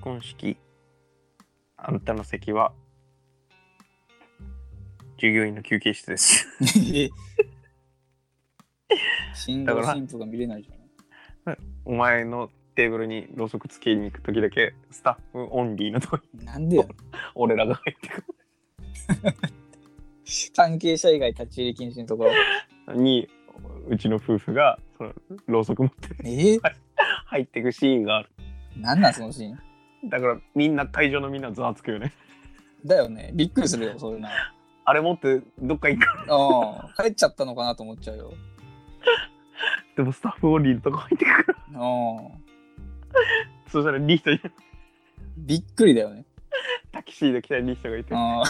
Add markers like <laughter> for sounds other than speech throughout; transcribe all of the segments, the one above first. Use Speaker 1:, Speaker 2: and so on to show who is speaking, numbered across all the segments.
Speaker 1: 婚式あんたの席は従業員の休憩室です <laughs>
Speaker 2: <laughs> え新
Speaker 1: だか
Speaker 2: 郎
Speaker 1: ら
Speaker 2: 新婦が見れないじゃん。
Speaker 1: お前のテーブルにろうそくつけに行く時だけスタッフオンリーのとこに
Speaker 2: なんでやろ
Speaker 1: 俺らが入ってく
Speaker 2: 関係者以外立ち入り禁止のと
Speaker 1: <laughs>
Speaker 2: ころ。
Speaker 1: るのにうちの夫婦がそのろうそく持って
Speaker 2: え
Speaker 1: 入ってくシーンがある
Speaker 2: なんなんそのシーン
Speaker 1: だからみんな会場のみんなざわつくよね
Speaker 2: だよね。びっくりするよ、そういうの。
Speaker 1: あれ持ってどっか行く
Speaker 2: ああ、帰っちゃったのかなと思っちゃうよ。
Speaker 1: でもスタッフオンリーのとこ入ってくる
Speaker 2: ああ、
Speaker 1: そしたらリヒトに
Speaker 2: びっくりだよね。
Speaker 1: タキシード着たリヒトがいて
Speaker 2: ああ。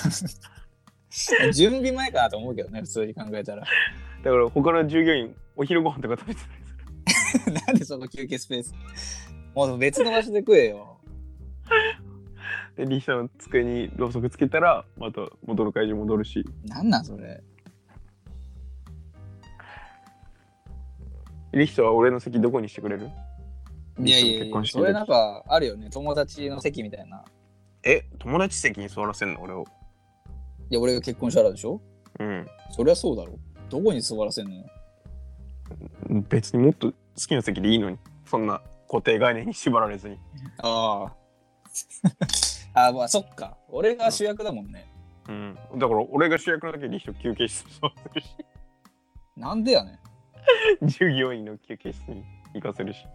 Speaker 2: <laughs> 準備前かなと思うけどね、普通に考えたら。 <laughs>
Speaker 1: だから他の従業員お昼ご飯とか食べてたりする
Speaker 2: なんでその休憩スペース。もう別の場所で食えよ。
Speaker 1: でリヒトの机にろうそくつけたらまた戻る会場戻るし
Speaker 2: なんなんそれ。
Speaker 1: リヒトは俺の席どこにしてくれる
Speaker 2: いやい
Speaker 1: リヒトの結
Speaker 2: やいや、
Speaker 1: 婚式
Speaker 2: そ
Speaker 1: の時
Speaker 2: れなんかあるよね。友達の席みたいな。
Speaker 1: え友達席に座らせんの俺を
Speaker 2: いや、俺が結婚したらでしょ
Speaker 1: うん
Speaker 2: そりゃそうだろ。どこに座らせんの
Speaker 1: 別にもっと好きな席でいいのにそんな固定概念に縛られずに
Speaker 2: あ <laughs> あ。ああ、まあそっか。俺が主役だもんね。
Speaker 1: うんだから俺が主役の時リヒト休憩室に座らせるし
Speaker 2: なんでやね
Speaker 1: <laughs>
Speaker 2: ん。
Speaker 1: 従業員の休憩室に行かせるし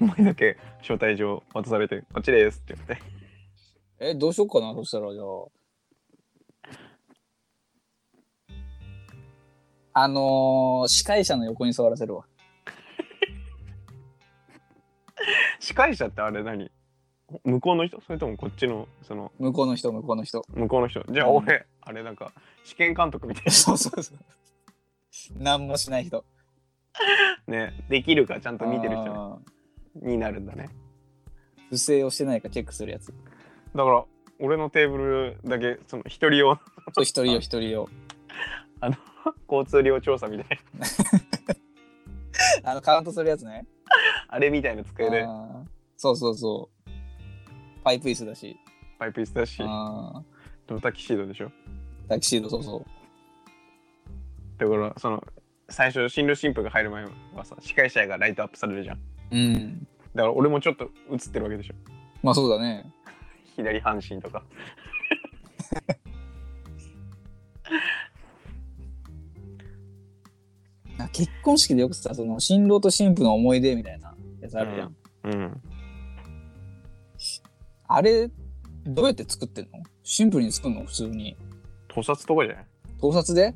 Speaker 1: お前だけ招待状渡されて「こっちです」って言って
Speaker 2: え、どうしよっかな、そしたらじゃあ。あのー、司会者の横に座らせるわ。
Speaker 1: 司会者ってあれ何向こうの人それともこっちのその
Speaker 2: 向こうの人、向こうの人。
Speaker 1: 向こうの人じゃあ
Speaker 2: うん
Speaker 1: 俺、あれなんか試験監督みたい
Speaker 2: <laughs> そうそうそう。何もしない人。
Speaker 1: <laughs> なねできるかちゃんと見てる人ね、
Speaker 2: あー
Speaker 1: になるんだね
Speaker 2: 不正をしてないかチェックするやつ。
Speaker 1: だから俺のテーブルだけその一人用の
Speaker 2: そう、一人よ、一人 <laughs> よ。
Speaker 1: 交通量調査み <laughs> たい
Speaker 2: あの、カウントするやつ
Speaker 1: な
Speaker 2: ね。
Speaker 1: あれみたいな机で
Speaker 2: あーそうそうそう。パイプ椅子だし。
Speaker 1: パイプ椅子だし
Speaker 2: あ
Speaker 1: でもタキシードでしょ
Speaker 2: ータキシード、そうそう。
Speaker 1: だからその最初新郎新婦が入る前はさ司会者がライトアップされるじゃん
Speaker 2: うん。
Speaker 1: だから俺もちょっと映ってるわけでしょ
Speaker 2: まあそうだね。
Speaker 1: 左半身とか
Speaker 2: あ結婚式でよくさ、その新郎と新婦の思い出みたいなやつあるじゃん。
Speaker 1: うん
Speaker 2: あれ、どうやって作ってんのシンプルに作るの普通に。
Speaker 1: 盗撮とかじゃない
Speaker 2: 盗撮で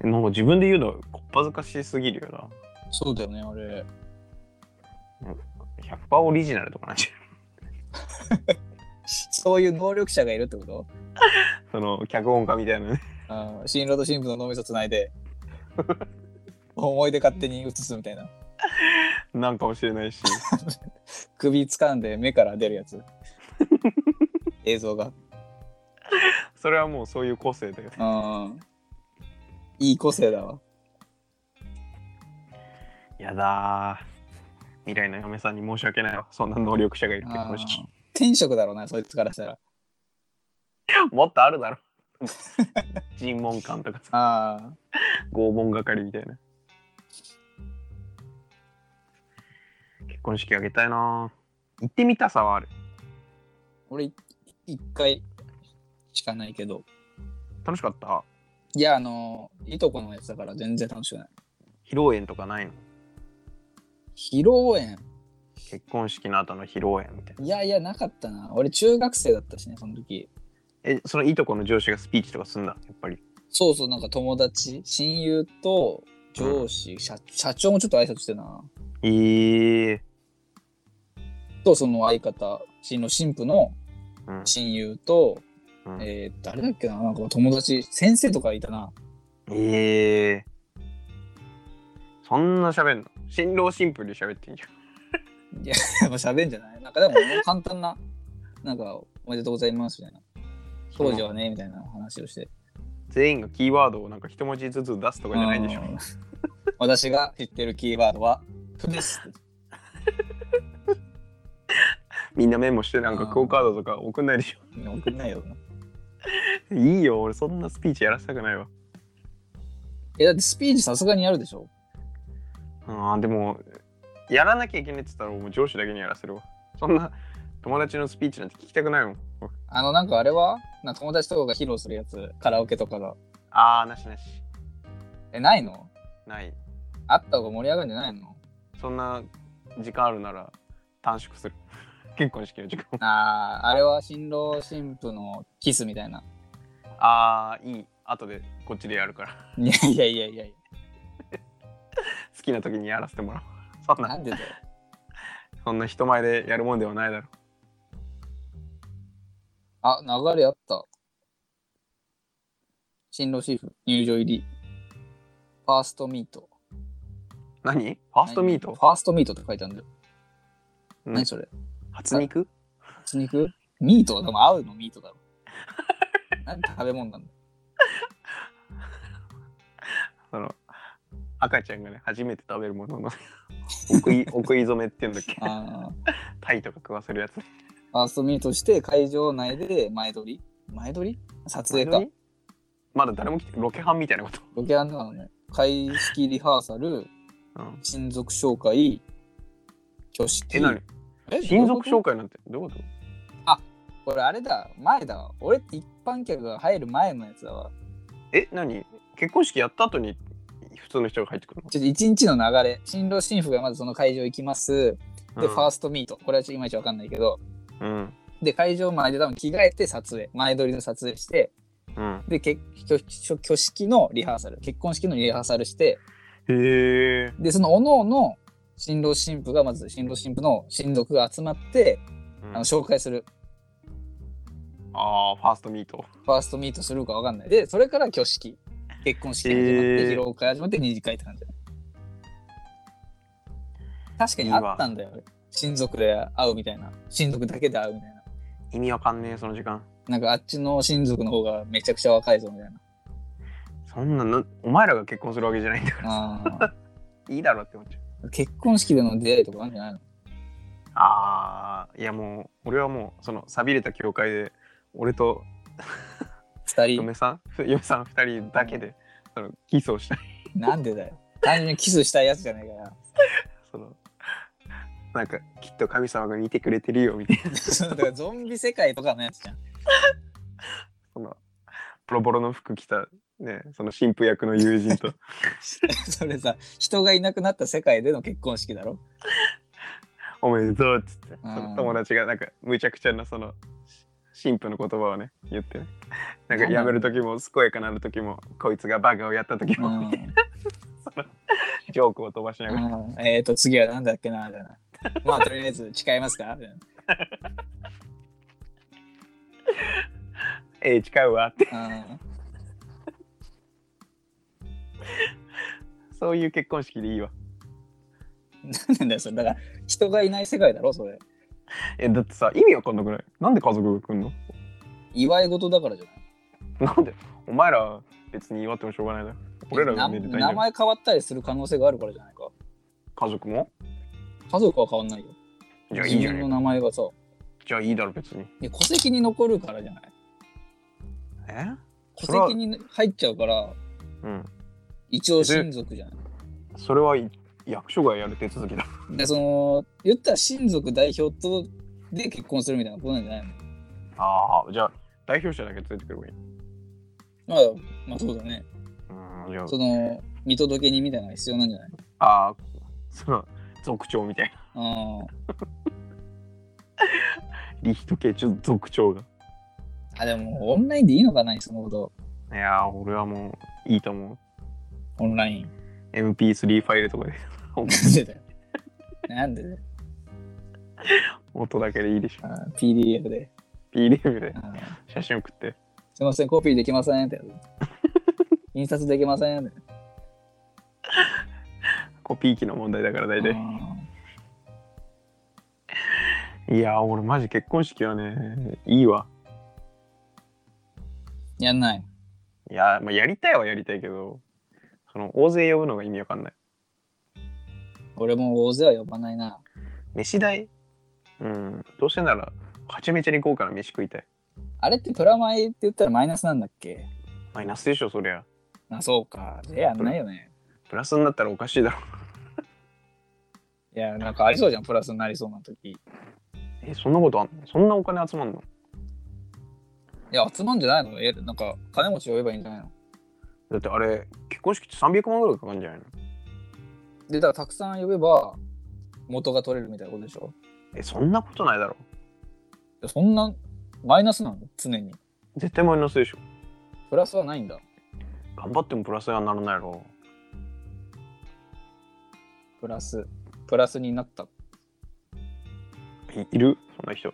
Speaker 1: なんか自分で言うのはこっぱずかしすぎるよ
Speaker 2: そうだよね、あれ。
Speaker 1: な100%オリジナルとかなんじゃ
Speaker 2: そういう能力者がいるってこと
Speaker 1: ん <laughs> その脚本家みたいなね
Speaker 2: あー新郎と新婦の脳みそつないで、 <laughs> 思い出勝手に映すみたいな。
Speaker 1: なんかもしれないし <laughs>
Speaker 2: 首掴んで目から出るやつ。 <laughs> 映像が。
Speaker 1: それはもうそういう個性だよね
Speaker 2: うん。いい個性だわ。
Speaker 1: やだー未来の嫁さんに申し訳ないわそんな能力者がいる結
Speaker 2: あ
Speaker 1: 婚
Speaker 2: ー
Speaker 1: 式
Speaker 2: 天職だろうな、そいつからしたら。
Speaker 1: <laughs> もっとあるだろ尋問官とかさ
Speaker 2: ああ。
Speaker 1: 拷問係みたいな結婚式あげたいなー行ってみたさはある
Speaker 2: 俺い一回しかないけど
Speaker 1: 楽しかった
Speaker 2: いやあのいとこのやつだから全然楽しくない
Speaker 1: 披露宴とかないの
Speaker 2: 披露宴
Speaker 1: 結婚式の後の披露宴みたいない
Speaker 2: やいやなかったな俺中学生だったしねその時
Speaker 1: えそのいとこの上司がスピーチとかすんだやっぱり
Speaker 2: そうそうなんか友達親友と上司、社社長もちょっと挨拶してな
Speaker 1: ええ
Speaker 2: とその相方新郎新婦の
Speaker 1: うん
Speaker 2: 親友と、
Speaker 1: うん
Speaker 2: えー、誰だっけななんか友達先生とかいたな
Speaker 1: ええそんな喋んの新郎新婦で喋っていいじゃん
Speaker 2: やっぱ喋んじゃないなんかでも簡単ななんかおめでとうございますみたいな当時はねみたいな話をして
Speaker 1: 全員がキーワードをなんか一文字ずつ出すとかじゃないでしょ
Speaker 2: うん私が知ってるキーワードは「ふ」です。
Speaker 1: みんなメモしてなんか
Speaker 2: あー
Speaker 1: クオカードとか送んないでし
Speaker 2: いや送んないよ。
Speaker 1: ょ <laughs> いいよ俺そんなスピーチやらせたくないわ
Speaker 2: え、だってスピーチさすがにやるでしょ
Speaker 1: あーでもやらなきゃいけないって言ったらもう上司だけにやらせるわそんな友達のスピーチなんて聞きたくないもん
Speaker 2: あの、なんかあれはなんか友達とかが披露するやつ、カラオケとかが。
Speaker 1: ああなしなし
Speaker 2: え、ないの
Speaker 1: ない
Speaker 2: あった方が盛り上がるんじゃない
Speaker 1: <laughs>
Speaker 2: の
Speaker 1: そんな時間あるなら短縮する <laughs> 結婚式の時間
Speaker 2: ああ、あれは新郎新婦のキスみたいな。
Speaker 1: ああいい後でこっちでやるから
Speaker 2: いやいやいやいやい
Speaker 1: 好きな時にやらせてもらおうそん
Speaker 2: や。
Speaker 1: な
Speaker 2: なんでだよ。
Speaker 1: そんな人前でやるもんではないだろ
Speaker 2: あ、流れあった。新郎新婦入場入り。ファーストミート。
Speaker 1: 何ファーストミート
Speaker 2: ファーストミートって書いてあるんだよ。
Speaker 1: うん
Speaker 2: 何それ
Speaker 1: 初肉
Speaker 2: 初肉ミートでも合うのミートだろ。 <laughs> なんで食べ物なんだよ
Speaker 1: その赤ちゃんがね初めて食べるものの
Speaker 2: <laughs>
Speaker 1: お食いお食い初めっていうんだっけ
Speaker 2: あー
Speaker 1: タイとか食わせるやつ
Speaker 2: ファーストミートして会場内で前撮り前撮り撮影か。
Speaker 1: まだ誰も来てロケハンみたいなこと、
Speaker 2: ロケハンだからね。開式リハーサル、
Speaker 1: うん、
Speaker 2: 親族紹介、挙式。
Speaker 1: え何
Speaker 2: え
Speaker 1: 親族
Speaker 2: どういう
Speaker 1: 紹
Speaker 2: こ
Speaker 1: 介なんてどういうこと
Speaker 2: とこれあれだ、前だわ。俺一般客が入る前のやつだわ。
Speaker 1: え何結婚式やった後に普通の人が入ってくるの
Speaker 2: ちょっと一日の流れ、新郎新婦がまずその会場行きます。で、ファー
Speaker 1: ス
Speaker 2: ストミート。これはちょっといまいちわかんないけど。
Speaker 1: トうん
Speaker 2: で、会場前で多分着替えて撮影。前撮りの撮影して、
Speaker 1: うん
Speaker 2: で、結挙挙挙式のリハーサル、結婚式のリハーサルして、
Speaker 1: へえ、
Speaker 2: で、その各々の新郎新婦がまず新郎新婦の親族が集まって、
Speaker 1: うん
Speaker 2: あの紹介する。
Speaker 1: あーファーストミート
Speaker 2: ファーストミートするかわかんない。で、それから挙式。結婚式が始まっ
Speaker 1: へ
Speaker 2: て、
Speaker 1: ー
Speaker 2: 披露会始まって、二次会って感じだね。確かにあったんだよ。親族で会うみたいな。親族だけで会うみたいな。
Speaker 1: 意味わかんねえその時間
Speaker 2: なんかあっちの親族の方がめちゃくちゃ若いぞみたいな。
Speaker 1: そんなのお前らが結婚するわけじゃないんだから
Speaker 2: あ
Speaker 1: いいだろって思っちゃう <laughs>
Speaker 2: ー結婚式での出会いとかあるんじゃないの
Speaker 1: あーいやもう俺はもうその寂れた教会で俺と
Speaker 2: 二人。
Speaker 1: 嫁さん <laughs> ふ嫁さん2人だけでそのキスをしたい
Speaker 2: なんでだよ。単純にキスしたいやつじゃないから。 <laughs>
Speaker 1: そのなんかきっと神様が見てくれてるよみたいな <laughs>
Speaker 2: そうだからゾンビ世界とかのやつじゃん。 <laughs>
Speaker 1: そのボロボロの服着たねその神父役の友人 <laughs> と
Speaker 2: それさ、人がいなくなった世界での結婚式だろ。
Speaker 1: おめでとうっつってそ
Speaker 2: あ
Speaker 1: の
Speaker 2: ー
Speaker 1: 友達がなんかむちゃくちゃなその神父の言葉をね言ってねなんかやめる時も健やかなる時もこいつがバカをやった時
Speaker 2: う
Speaker 1: も、
Speaker 2: ん。
Speaker 1: ジョークを飛ばしながら
Speaker 2: うんえーと、次はなんだっけな、みたいな。まあ、とりあえず、誓いますかみたい
Speaker 1: 「ええ誓うわ」って
Speaker 2: な。うん
Speaker 1: そういう結婚式でいいわ
Speaker 2: なんなんだよ、それ。だから、人がいない世界だろ、それ。
Speaker 1: えだってさ意味わかんなくないなんで家族が来んの
Speaker 2: 祝い事だからじゃない。
Speaker 1: なんでお前ら別に祝ってもしょうがないだろ俺らがめでたいん
Speaker 2: な
Speaker 1: だ
Speaker 2: 名
Speaker 1: よ
Speaker 2: 前変わったりする可能性があるからじゃないか。
Speaker 1: 家族も
Speaker 2: 家族は変わんないよ。
Speaker 1: じゃあい
Speaker 2: 自
Speaker 1: いじゃ
Speaker 2: 分
Speaker 1: ね
Speaker 2: の
Speaker 1: えか
Speaker 2: 名前がさ、
Speaker 1: じゃあいいだろ別に
Speaker 2: いや戸籍に残るからじゃない。
Speaker 1: え
Speaker 2: 戸
Speaker 1: それは
Speaker 2: 籍に入っちゃうから、
Speaker 1: うん
Speaker 2: 一応親族じゃない。
Speaker 1: それはい役所がやる手続きだ
Speaker 2: で、その、言ったら親族代表とで結婚するみたいなことなんじゃないの
Speaker 1: ああじゃあ代表者だけ連れてくればいい
Speaker 2: まあ、まあそうだね。
Speaker 1: うんじゃ
Speaker 2: その、見届け人みたいなのが必要なんじゃない
Speaker 1: ああーその族長みたいな
Speaker 2: ああ。
Speaker 1: リヒト系中族長が
Speaker 2: あ、でもオンラインでいいのかな、そのこと。
Speaker 1: いやー俺はもういいと思う
Speaker 2: オンライン。 <laughs>
Speaker 1: MP3 ファイルとかで <laughs>
Speaker 2: なんでだよ。なんでだよ。
Speaker 1: 音だけでいいでしょ
Speaker 2: あー PDF で。
Speaker 1: PDF で
Speaker 2: あー
Speaker 1: 写真送って
Speaker 2: すいません、コピーできませんっ
Speaker 1: <laughs>
Speaker 2: てやつ。印刷できませんって。
Speaker 1: コピー機の問題だから
Speaker 2: あ
Speaker 1: 大
Speaker 2: ー
Speaker 1: 体いやー俺マジ結婚式はねいいわ
Speaker 2: やんない。
Speaker 1: いやー、まあ、やりたいはやりたいけどその大勢呼ぶのが意味わかんない
Speaker 2: 俺も大勢は呼ばないな。
Speaker 1: 飯代うん。どうせなら、はちゃめちゃに豪華な飯食いたい。
Speaker 2: あれってプラマイって言ったらマイナスなんだっけ
Speaker 1: マイナスでしょ、そりゃ。
Speaker 2: あ、そうか。え、やんないよね。
Speaker 1: プラスになったらおかしいだろ。
Speaker 2: いや、なんかありそうじゃん、プラスになりそうな時。い
Speaker 1: え、そんなことあんのそんなお金集まんの
Speaker 2: や、集まんじゃないのえ、なんか金持ち呼べばいいんじゃないの
Speaker 1: だってあれ、結婚式って300万ぐらいかかるんじゃないの
Speaker 2: で、だからたくさん呼べば元が取れるみたいなことでしょ
Speaker 1: え、そんなことないだろ。
Speaker 2: いやそんなマイナスなの常に。
Speaker 1: 絶対マイナスでしょ。
Speaker 2: プラスはないんだ。
Speaker 1: 頑張ってもプラスにはならないろ。
Speaker 2: プラス。プラスになった。
Speaker 1: いいるそんな人。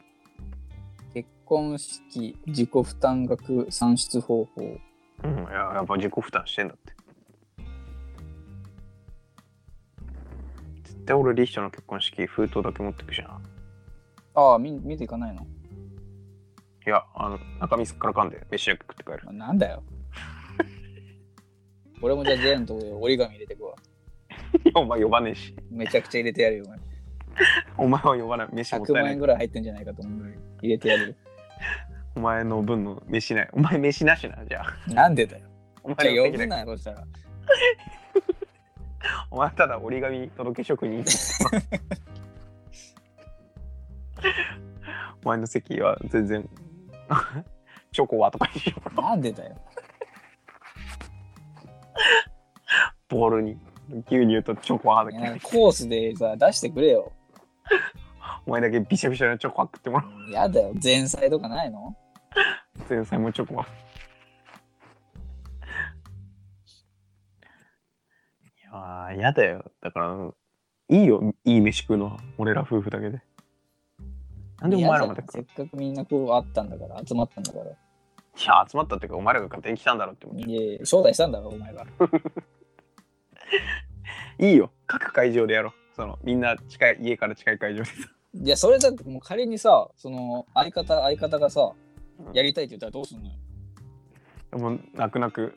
Speaker 2: 結婚式自己負担額算出方法。
Speaker 1: うん、いや、やっぱ自己負担してんだって。絶対俺、リヒトの結婚式、封筒だけ持ってくじゃん。
Speaker 2: ああ、見見ていかないの、
Speaker 1: いや、あの、中身すっからかんで、飯だけ食って帰る。
Speaker 2: まあなんだよ。俺もじゃあジェーンのとこで折り紙入れてくわ。
Speaker 1: いやお前呼ばねえし。
Speaker 2: めちゃくちゃ入れてやるよ。お前
Speaker 1: お前は呼ばない。飯もっ
Speaker 2: 100
Speaker 1: たい
Speaker 2: 万
Speaker 1: な
Speaker 2: 円
Speaker 1: い。
Speaker 2: ぐらい入ってんじゃないかと思うぐらい入れてやるよ。
Speaker 1: お前の分の飯ない。お前飯なしな、じゃあ。
Speaker 2: なんでだよ。
Speaker 1: お
Speaker 2: じ
Speaker 1: 前
Speaker 2: ゃあ
Speaker 1: の
Speaker 2: 呼
Speaker 1: 席
Speaker 2: ぶ
Speaker 1: だけ
Speaker 2: なよ、そしたら。
Speaker 1: お前ただ折り紙届け職人。お前の席は全然。チョコはとかにしよう。
Speaker 2: なんでだよ。
Speaker 1: ボールに。牛乳とチョコはいだ
Speaker 2: やな
Speaker 1: け
Speaker 2: ん。かコースでさ、出してくれよ。
Speaker 1: お前だけびしゃびしゃのチョコは食ってもらう。
Speaker 2: やだよ。前菜とかないの
Speaker 1: 前菜もチョコは。いやー、やだよ。だから、いいよ。いい飯食うのは。俺ら夫婦だけで。なんでお前らまで
Speaker 2: いや
Speaker 1: 食
Speaker 2: せ
Speaker 1: う
Speaker 2: っかくみんなこうあったんだから、集まったんだから。
Speaker 1: いや、集まったっていうか、お前らが勝手に来たんだろうって思っちゃう
Speaker 2: いやいや招待したんだろ、お前が。
Speaker 1: いいよ各会場でやろうそのみんな近い家から近い会場でさ
Speaker 2: いや、それだってもう仮にさ、その相方、相方がさ、やりたいって言ったらどうすんのよ。
Speaker 1: <laughs> もう泣く泣く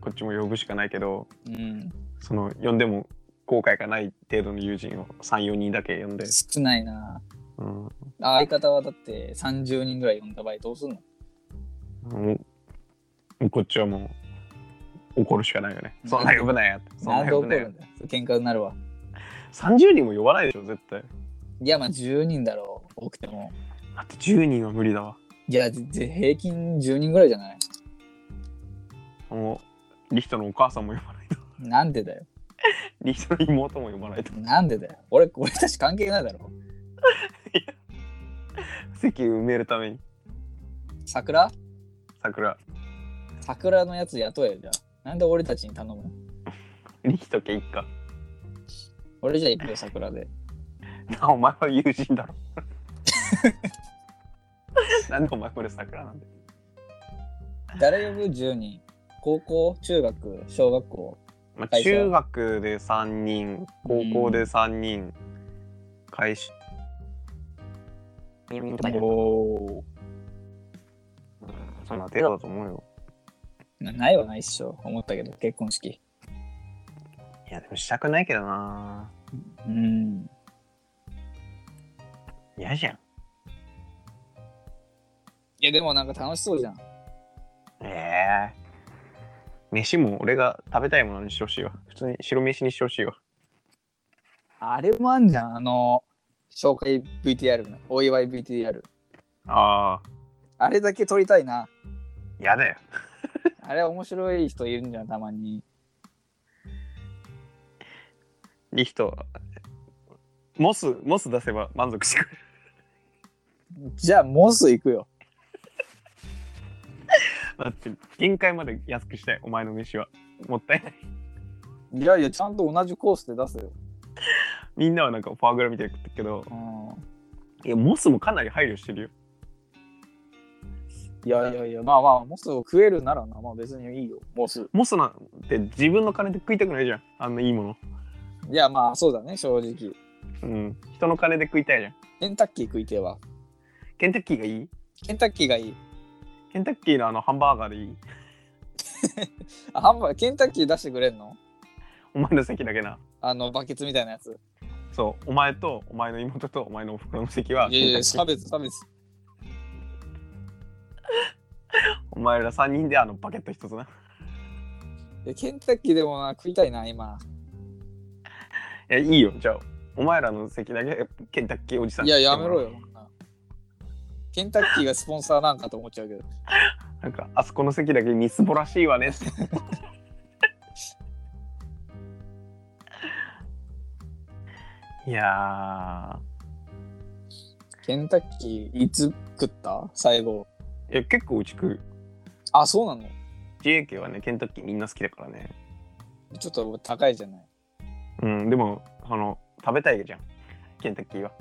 Speaker 1: こっちも呼ぶしかないけど
Speaker 2: うん。
Speaker 1: その呼んでも後悔がない程度の友人を34人だけ呼んで、
Speaker 2: 少ないな。
Speaker 1: うん、
Speaker 2: あ相方はだって30人ぐらい呼んだ場合どうすんの
Speaker 1: もうこっちはもう怒るしかないよねそんな呼ぶなやってそん
Speaker 2: な
Speaker 1: な
Speaker 2: んで
Speaker 1: 呼
Speaker 2: 怒
Speaker 1: ぶな
Speaker 2: る
Speaker 1: や
Speaker 2: んだよ。喧嘩になるわ。
Speaker 1: 30人も呼ばないでしょ絶対
Speaker 2: いや、まあ10人だろう、多くても。
Speaker 1: だって10人は無理だわ
Speaker 2: いや、ぜぜ平均10人ぐらいじゃない
Speaker 1: もうリヒトのお母さんも呼ばないと <laughs>
Speaker 2: なんでだよ。
Speaker 1: リヒトの妹も呼ばないと
Speaker 2: なんでだよ。俺、俺たち関係ないだろ。
Speaker 1: 席埋めるために
Speaker 2: 桜
Speaker 1: 桜
Speaker 2: 桜のやつ雇えよ、じゃあ。なんで俺たちに頼むの
Speaker 1: リヒト家一家
Speaker 2: 俺じゃあ行くよ、桜で。
Speaker 1: な <laughs> お前は友人だろ <laughs> なんでお前これ桜なんで
Speaker 2: 誰呼ぶ10人高校中学小学校
Speaker 1: まあ、
Speaker 2: 会社
Speaker 1: 中学で3人高校で3人会社4人とかいる
Speaker 2: お
Speaker 1: うんそんな程度だと思うよ
Speaker 2: なないはないっしょ思ったけど結婚式
Speaker 1: いやでもしたくないけどな
Speaker 2: うん
Speaker 1: 嫌じゃん
Speaker 2: いやでもなんか楽しそうじゃん
Speaker 1: ええ飯も俺が食べたいものにしてほしいわ普通に白飯にしてほしいわ
Speaker 2: あれもあんじゃんあの紹介 VTR のお祝い VTR
Speaker 1: ああ
Speaker 2: あれだけ撮りたいな
Speaker 1: 嫌だよ
Speaker 2: あれ面白い人いるんじゃんたまに
Speaker 1: リヒトモスモス出せば満足してくれる
Speaker 2: じゃあモス行くよ
Speaker 1: だって限界まで安くしたいお前の飯はもったいない
Speaker 2: いやいやちゃんと同じコースで出すよ、
Speaker 1: みんなはなんかフォアグラみたいに食ってるけど
Speaker 2: うん、
Speaker 1: いやモスもかなり配慮してるよ
Speaker 2: いやいやいやまあまあモスを食えるならなまあ別にいいよモス
Speaker 1: モスなんて自分の金で食いたくないじゃんあんないいもの
Speaker 2: いやまあそうだね正直
Speaker 1: うん人の金で食いたいじゃん
Speaker 2: ケンタッキー食いてえわ
Speaker 1: ケンタッキーがいい
Speaker 2: ケンタッキーがいい
Speaker 1: ケンタッキーのあのハンバーガーでいい
Speaker 2: あハンバーガーケンタッキー出してくれんの
Speaker 1: お前の席だけな
Speaker 2: あのバケツみたいなやつ
Speaker 1: そうお前とお前の妹とお前のおふくろの席はい
Speaker 2: やいや、差別、差別。
Speaker 1: お前ら3人であのバケット一つない
Speaker 2: やケンタッキーでもな、食いたいな、今。
Speaker 1: えいいよじゃあお前らの席だけケンタッキーおじさん
Speaker 2: いや、やめろよ、こんなケンタッキーがスポンサーなんかと思っちゃうけど。
Speaker 1: なんかあそこの席だけみすぼらしいわねっていや
Speaker 2: ケンタッキー、いつ食った最後。
Speaker 1: ーいや結構うち食う
Speaker 2: あ、そうなの
Speaker 1: JK はねケンタッキーみんな好きだからね
Speaker 2: ちょっと高いじゃない。
Speaker 1: うんでもあの食べたいじゃんケンタッキーは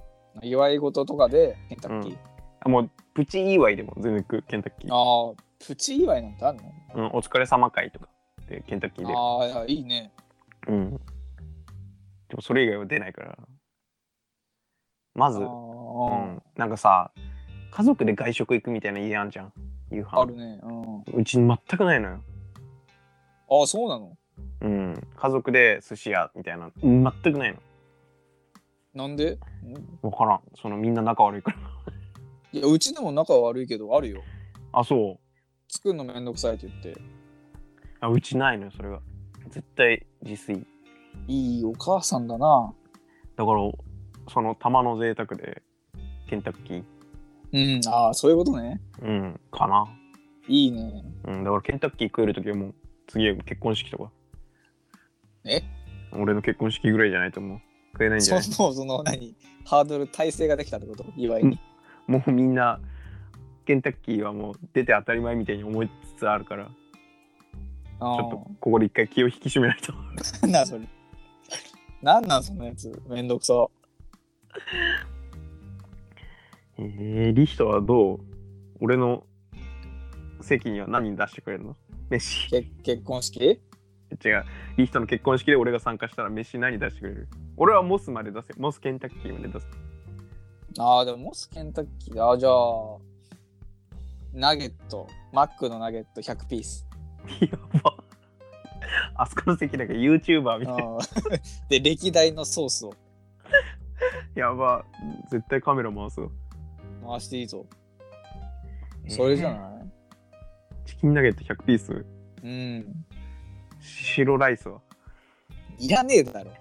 Speaker 2: 祝い事とかで、ケンタッキー。
Speaker 1: あもうプチ祝いでも全然食うケンタッキー、
Speaker 2: ああ、プチ祝いなんてある
Speaker 1: うん、お疲れ様会とかでケンタッキーで
Speaker 2: のああ、いやいいね。
Speaker 1: うんでもそれ以外は出ないからま
Speaker 2: あ
Speaker 1: ずう
Speaker 2: ー
Speaker 1: ん、なんかさ家族で外食行くみたいな家あんじゃん夕飯
Speaker 2: あるね。うん、あ
Speaker 1: うち全くないのよ、
Speaker 2: あ、そうなの
Speaker 1: うん、家族で寿司屋みたいな全くないの
Speaker 2: なんで
Speaker 1: 分からんそのみんな仲悪いから
Speaker 2: いや、うちでも仲は悪いけど、あるよ。
Speaker 1: あそう
Speaker 2: 作るのめんどくさいって言って。
Speaker 1: あうちないのよそれが絶対自炊
Speaker 2: いいお母さんだな。
Speaker 1: だからその玉の贅沢でケンタッキー
Speaker 2: うん、ああ、そういうことね。
Speaker 1: うんかな、
Speaker 2: いいね。
Speaker 1: うん、だからケンタッキー食える時はもう次は結婚式とか
Speaker 2: え
Speaker 1: 俺の結婚式ぐらいじゃないと思う食えないんじゃ
Speaker 2: そ
Speaker 1: ない
Speaker 2: の、その、何ハードル、体制ができたってこと祝いに。
Speaker 1: もうみんなケンタッキーはもう出て当たり前みたいに思いつつあるからち
Speaker 2: あ
Speaker 1: ょっとここで一回気を引き締めないと
Speaker 2: あ、なんだそれ。なんなんそのやつ。めんどくさ。
Speaker 1: えー、リヒトはどう俺の席には何出してくれるの飯
Speaker 2: け結婚式
Speaker 1: 違うリヒトの結婚式で俺が参加したら飯何出してくれる俺はモスまで出せモスケンタッキーまで出す
Speaker 2: ああ、でもモスケンタッキーだ。あーじゃあ、ナゲット、マックのナゲット100ピース。
Speaker 1: やばあそこの席だけ YouTuber <laughs> みたいな
Speaker 2: あーで、歴代のソースを
Speaker 1: やば絶対カメラ回すわ
Speaker 2: 回していいぞ。それじゃ
Speaker 1: え
Speaker 2: ない、
Speaker 1: ーチキンナゲット100ピース
Speaker 2: うん。
Speaker 1: 白ライスはい
Speaker 2: らねえだろ。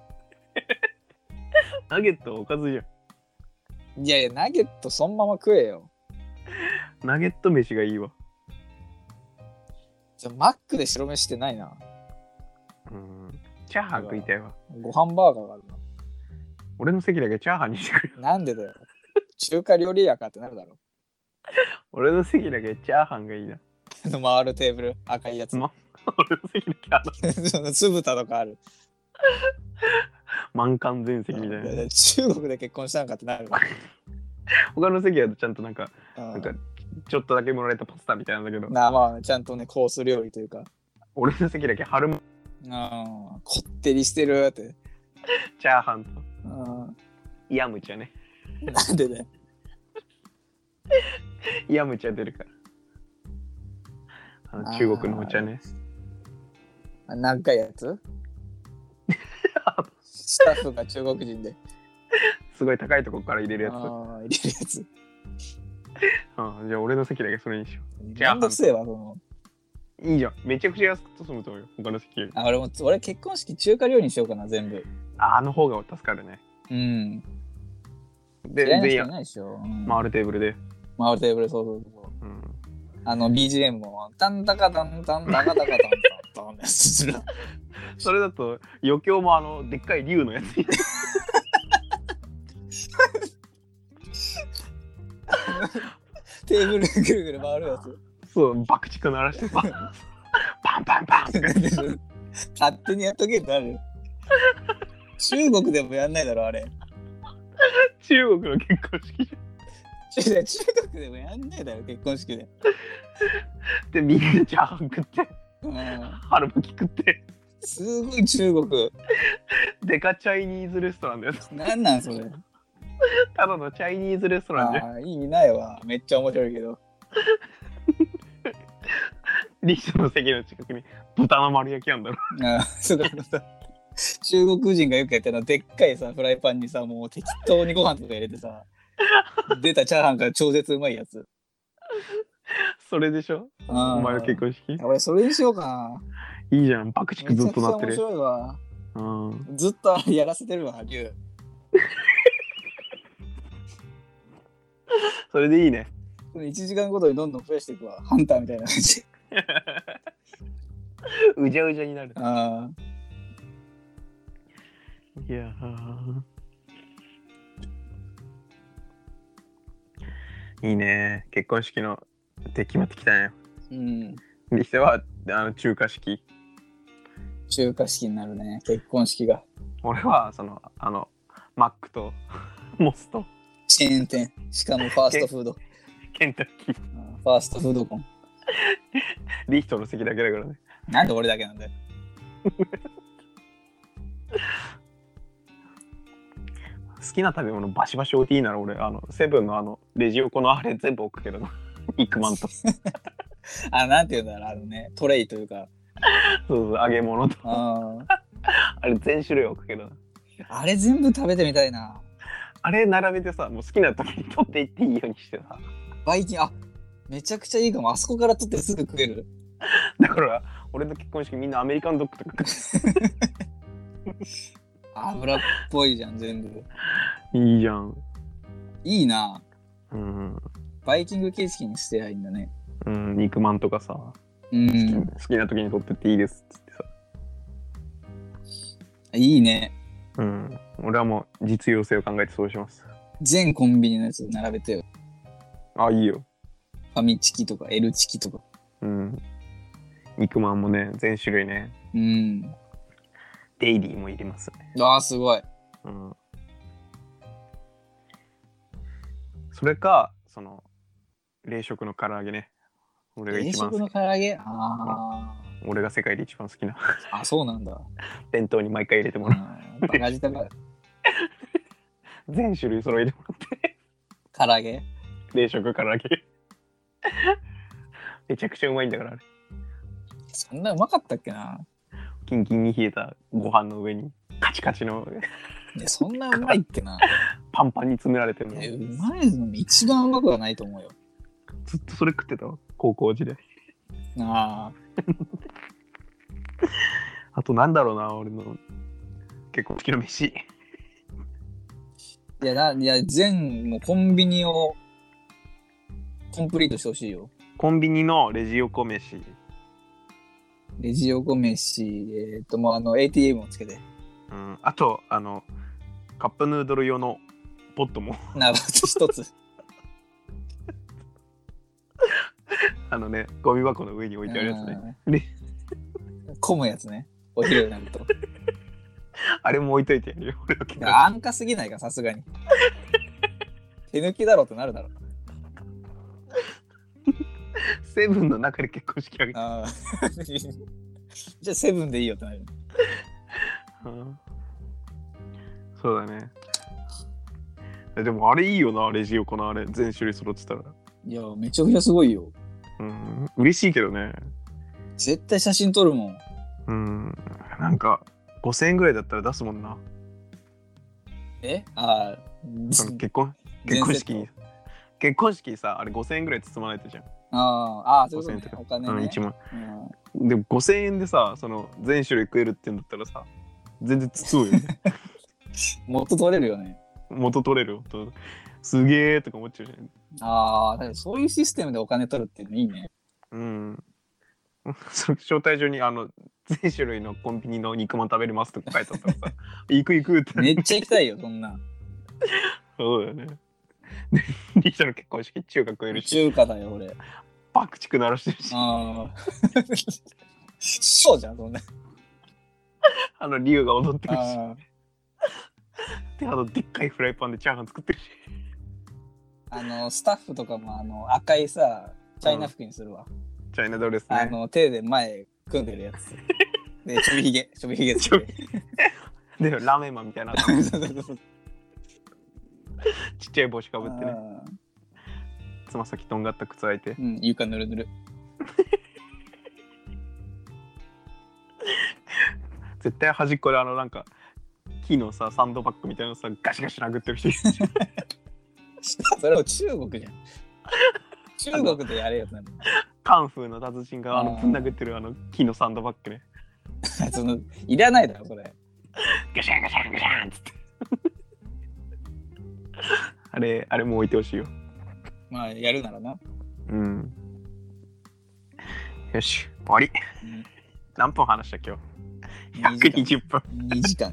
Speaker 1: ナゲットはおかずじゃん
Speaker 2: いやいや、ナゲットそのまま食えよ。
Speaker 1: ナゲット飯がいいわ。
Speaker 2: じゃあマックで白飯ってないな。
Speaker 1: うん。チャーハン食いたいわ。
Speaker 2: ご飯バーガーがある
Speaker 1: 俺の席だけチャーハンにしてくれ。
Speaker 2: な。なんでだよ。中華料理屋かってなるだろ。
Speaker 1: 俺の席だけチャーハンがいいな。 <laughs>
Speaker 2: あの回るテーブル、赤いやつ。
Speaker 1: ま俺の席だけあの
Speaker 2: <laughs> その酢豚とかある。
Speaker 1: 満館全席みたいな。
Speaker 2: 中国で結婚したんかってなるわ。
Speaker 1: 他の席はちゃんとなんか、
Speaker 2: うん
Speaker 1: なんかちょっとだけ盛られたパスタみたいなんだけど、
Speaker 2: なあまあ、ちゃんとね、コース料理というか、
Speaker 1: 俺の席だけ春巻
Speaker 2: うん、こってりしてるって。
Speaker 1: きチャーハンと
Speaker 2: うん、
Speaker 1: イヤムチャね。
Speaker 2: なんでね。
Speaker 1: イヤムチャ出るから。あの中国のお茶ね。
Speaker 2: 何回や
Speaker 1: <laughs>
Speaker 2: つスタッフが中国人で。
Speaker 1: すごい高いとこから入れるやつ。
Speaker 2: あー入れるやつ。
Speaker 1: うん、じゃあ俺の席だけそれにしよチャーハ
Speaker 2: め
Speaker 1: ン
Speaker 2: んどくせえわ、その。
Speaker 1: う。いいじゃん。めちゃくちゃ安く済むと思うよ。他の席より。
Speaker 2: あ、俺も、俺結婚式中華料理にしようかな、全部。
Speaker 1: ああの方が助かるね。
Speaker 2: うん。
Speaker 1: で、
Speaker 2: 嫌い
Speaker 1: 全
Speaker 2: な人い
Speaker 1: 員
Speaker 2: ないでしょ。うん
Speaker 1: 回るテーブルで。
Speaker 2: 回るテーブル、そうそうそう。
Speaker 1: うん
Speaker 2: あの、BGM も、タンタカタンタンタカタカタンタンタンのやつする。
Speaker 1: それだと余興もあのでっかい竜のやつ
Speaker 2: テーブルぐるぐる回るやつ。
Speaker 1: <laughs> そう爆竹鳴らして
Speaker 2: <laughs>
Speaker 1: さパンパンパンとか
Speaker 2: 勝手にやっとけってなるよ中国でもやんないだろあれ
Speaker 1: 中国の結婚式場
Speaker 2: 中中国でもやんないだろ結婚式で、
Speaker 1: でみんなチャーハン食って
Speaker 2: うん、
Speaker 1: 春巻き食って
Speaker 2: すごい中国
Speaker 1: デカチャイニーズレストランだよ
Speaker 2: なんなんそれ
Speaker 1: ただのチャイニーズレストランじゃん
Speaker 2: ああ意味ないわめっちゃ面白いけど
Speaker 1: リストの席の近くに豚の丸焼きあんだろ
Speaker 2: ああそうかそうか中国人がよくやってるのでっかいさフライパンにさもう適当にご飯とか入れてさ出たチャーハンから超絶うまいやつ
Speaker 1: それでしょ
Speaker 2: あー
Speaker 1: お前の結婚式
Speaker 2: 俺それにしようか
Speaker 1: いいじゃん。爆竹
Speaker 2: めち
Speaker 1: ず
Speaker 2: ゃ
Speaker 1: っ
Speaker 2: く
Speaker 1: と
Speaker 2: ち
Speaker 1: な
Speaker 2: ゃ
Speaker 1: って
Speaker 2: 面
Speaker 1: る。
Speaker 2: 白いわ
Speaker 1: うん。
Speaker 2: ずっとあれやらせてるわ龍
Speaker 1: それでい <laughs> いね。
Speaker 2: 1時間ごとにどんどん増やしていくわハンターみたいな感じ
Speaker 1: うじゃうじゃになる。
Speaker 2: ああ
Speaker 1: いやーいいね。結婚式ので決まってきたね。
Speaker 2: うん
Speaker 1: にしては、あの中華式。
Speaker 2: 中華式になるね結婚式が
Speaker 1: 俺は、その、あの、マックと、 <laughs> モスと、
Speaker 2: チェーン店しかもファーストフード
Speaker 1: ケンタッキー。
Speaker 2: うんファーストフードコン
Speaker 1: リヒトの席だけだからね。
Speaker 2: なんで俺だけなんだよ
Speaker 1: 好きな食べ物バシバシ置いていいなら俺、あの、セブンのあの、レジ横のあれ全部置くけど <laughs> な。肉まんと。そう
Speaker 2: あなんていうんだろうあのねトレイというか
Speaker 1: そう、揚げ物と。
Speaker 2: あー
Speaker 1: あれ全種類置くけどな。
Speaker 2: あれ全部食べてみたいな
Speaker 1: あれ並べてさ、もう好きな時に取っていっていいようにしてさ。
Speaker 2: バイキンあめちゃくちゃいいかもあそこから取ってすぐ食える
Speaker 1: だから、俺の結婚式みんなアメリカンドッグとか食
Speaker 2: 油っぽいじゃん全部
Speaker 1: ういいじゃん。
Speaker 2: いいな
Speaker 1: うん。
Speaker 2: バイキング形式にしてりゃいいんだね
Speaker 1: うん、肉まんとかさ、
Speaker 2: う
Speaker 1: 好
Speaker 2: ん
Speaker 1: きな時に取ってっていいですっつってさ。
Speaker 2: いいね
Speaker 1: うん。俺はもう実用性を考えてそうします。
Speaker 2: 全コンビニのやつ並べてよ
Speaker 1: あ、いいよ。
Speaker 2: ファミチキとか L チキとか
Speaker 1: うん。肉まんもね、全種類ね、
Speaker 2: うん
Speaker 1: デイリーも入れますね。
Speaker 2: あーすごい
Speaker 1: うん。それか、その、冷食の唐揚げね。俺が
Speaker 2: 定
Speaker 1: 一番好
Speaker 2: 食の
Speaker 1: き。
Speaker 2: 唐揚げあ
Speaker 1: 俺が世界で一番好きな
Speaker 2: ーあそうなんだ
Speaker 1: 弁当に毎回入れてもらう。
Speaker 2: うんバカ舌が
Speaker 1: 全種類揃えてもらって。
Speaker 2: 唐揚げ
Speaker 1: 冷食唐揚げ。めちゃくちゃうまいんだから、あれ。
Speaker 2: そんなうまかったっけな
Speaker 1: キンキンに冷えたご飯の上に、カチカチの
Speaker 2: いやそんなうまいっけな
Speaker 1: パンパンに詰められてる
Speaker 2: い
Speaker 1: の。
Speaker 2: やうまいの一番うまくはないと思うよ
Speaker 1: ずっとそれ食ってたわ、高校時代。
Speaker 2: あ
Speaker 1: あとなんだろうな、俺の結構好きな飯。
Speaker 2: あいやないや全もうコンビニをコンプリートしてほしいよ
Speaker 1: コンビニのレジ横飯。
Speaker 2: レジ横飯えっ、ともうあの ATM をつけて
Speaker 1: うん、あと、あの、カップヌードル用のポットも、 <laughs>
Speaker 2: なるほど一つ
Speaker 1: あのね、ゴミ箱の上に置いてあるやつね。ね
Speaker 2: うん混むやつねお昼になると
Speaker 1: あれも置いといてやるよ、俺は結構
Speaker 2: 安価すぎないかさすがに手抜きだろってなるだろ
Speaker 1: セブンの中で結婚式あげた。
Speaker 2: あーじゃあセブンでいいよってなる
Speaker 1: うんそうだね。えでもあれいいよな、レジ横のあれ、全種類揃ってたら。
Speaker 2: いやめちゃくちゃすごいよ
Speaker 1: うん、嬉しいけどね。
Speaker 2: 絶対写真撮るもん
Speaker 1: うん、なんか、5000円ぐらいだったら出すもんな。
Speaker 2: えああ
Speaker 1: その結婚結婚式に結婚式にさあれ5000円ぐらい包まれてじゃん、
Speaker 2: ああああそういうこ
Speaker 1: 5000円と
Speaker 2: とね
Speaker 1: か、
Speaker 2: お金
Speaker 1: うん
Speaker 2: ね、
Speaker 1: 1万
Speaker 2: うん
Speaker 1: でも5000円でさその全種類食えるって言うんだったらさ全然包むよね
Speaker 2: もっと取れるよね
Speaker 1: 元取れるとすげえとか思っちゃうじゃん
Speaker 2: ああだからそういうシステムでお金取るっていうのいいね
Speaker 1: うんその招待状にあの <laughs> 全種類のコンビニの肉まん食べれますとか書いてあったらさ <laughs> 行く行くって
Speaker 2: めっちゃ行きたいよそんな
Speaker 1: そうだよね <laughs> でリーダーの結婚式中華食えるし
Speaker 2: 中華だよ俺
Speaker 1: パクチク鳴らしてるし
Speaker 2: ああ <laughs> そうじゃんそんな
Speaker 1: あの竜が踊ってるし
Speaker 2: あ
Speaker 1: であのでっかいフライパンでチャーハン作ってるし
Speaker 2: ああのスタッフとかもあの赤いさチャイナ服にするわ、
Speaker 1: チャイナドレス
Speaker 2: あ
Speaker 1: ね。
Speaker 2: の手で前組んでるやつでちょびひげちょびひげつけて
Speaker 1: で、ラーメンマンみたいなち
Speaker 2: <laughs> そうそうそうそう
Speaker 1: っちゃい帽子かぶってね。
Speaker 2: あー
Speaker 1: つま先とんがった靴履いて。
Speaker 2: うん床ぬるぬる <laughs>
Speaker 1: 絶対端っこであのなんか木のさ、サンドバッグみたいなのさ、ガシガシ殴ってる人いる。
Speaker 2: それを中国じゃん。中国でやれよってなる。
Speaker 1: カンフーの達人があの
Speaker 2: あー
Speaker 1: ぶん殴ってるあの木のサンドバッグね。
Speaker 2: <laughs> そのいらないだろ、それ。
Speaker 1: ガシャンガシャンガシャンっつって。 <laughs> あれ、あれもう置いてほしいよ。
Speaker 2: まあ、やるならな。
Speaker 1: うん。よし、終わり。
Speaker 2: うん
Speaker 1: 何分話した今日
Speaker 2: 2時間
Speaker 1: ?120 分。
Speaker 2: 2時間。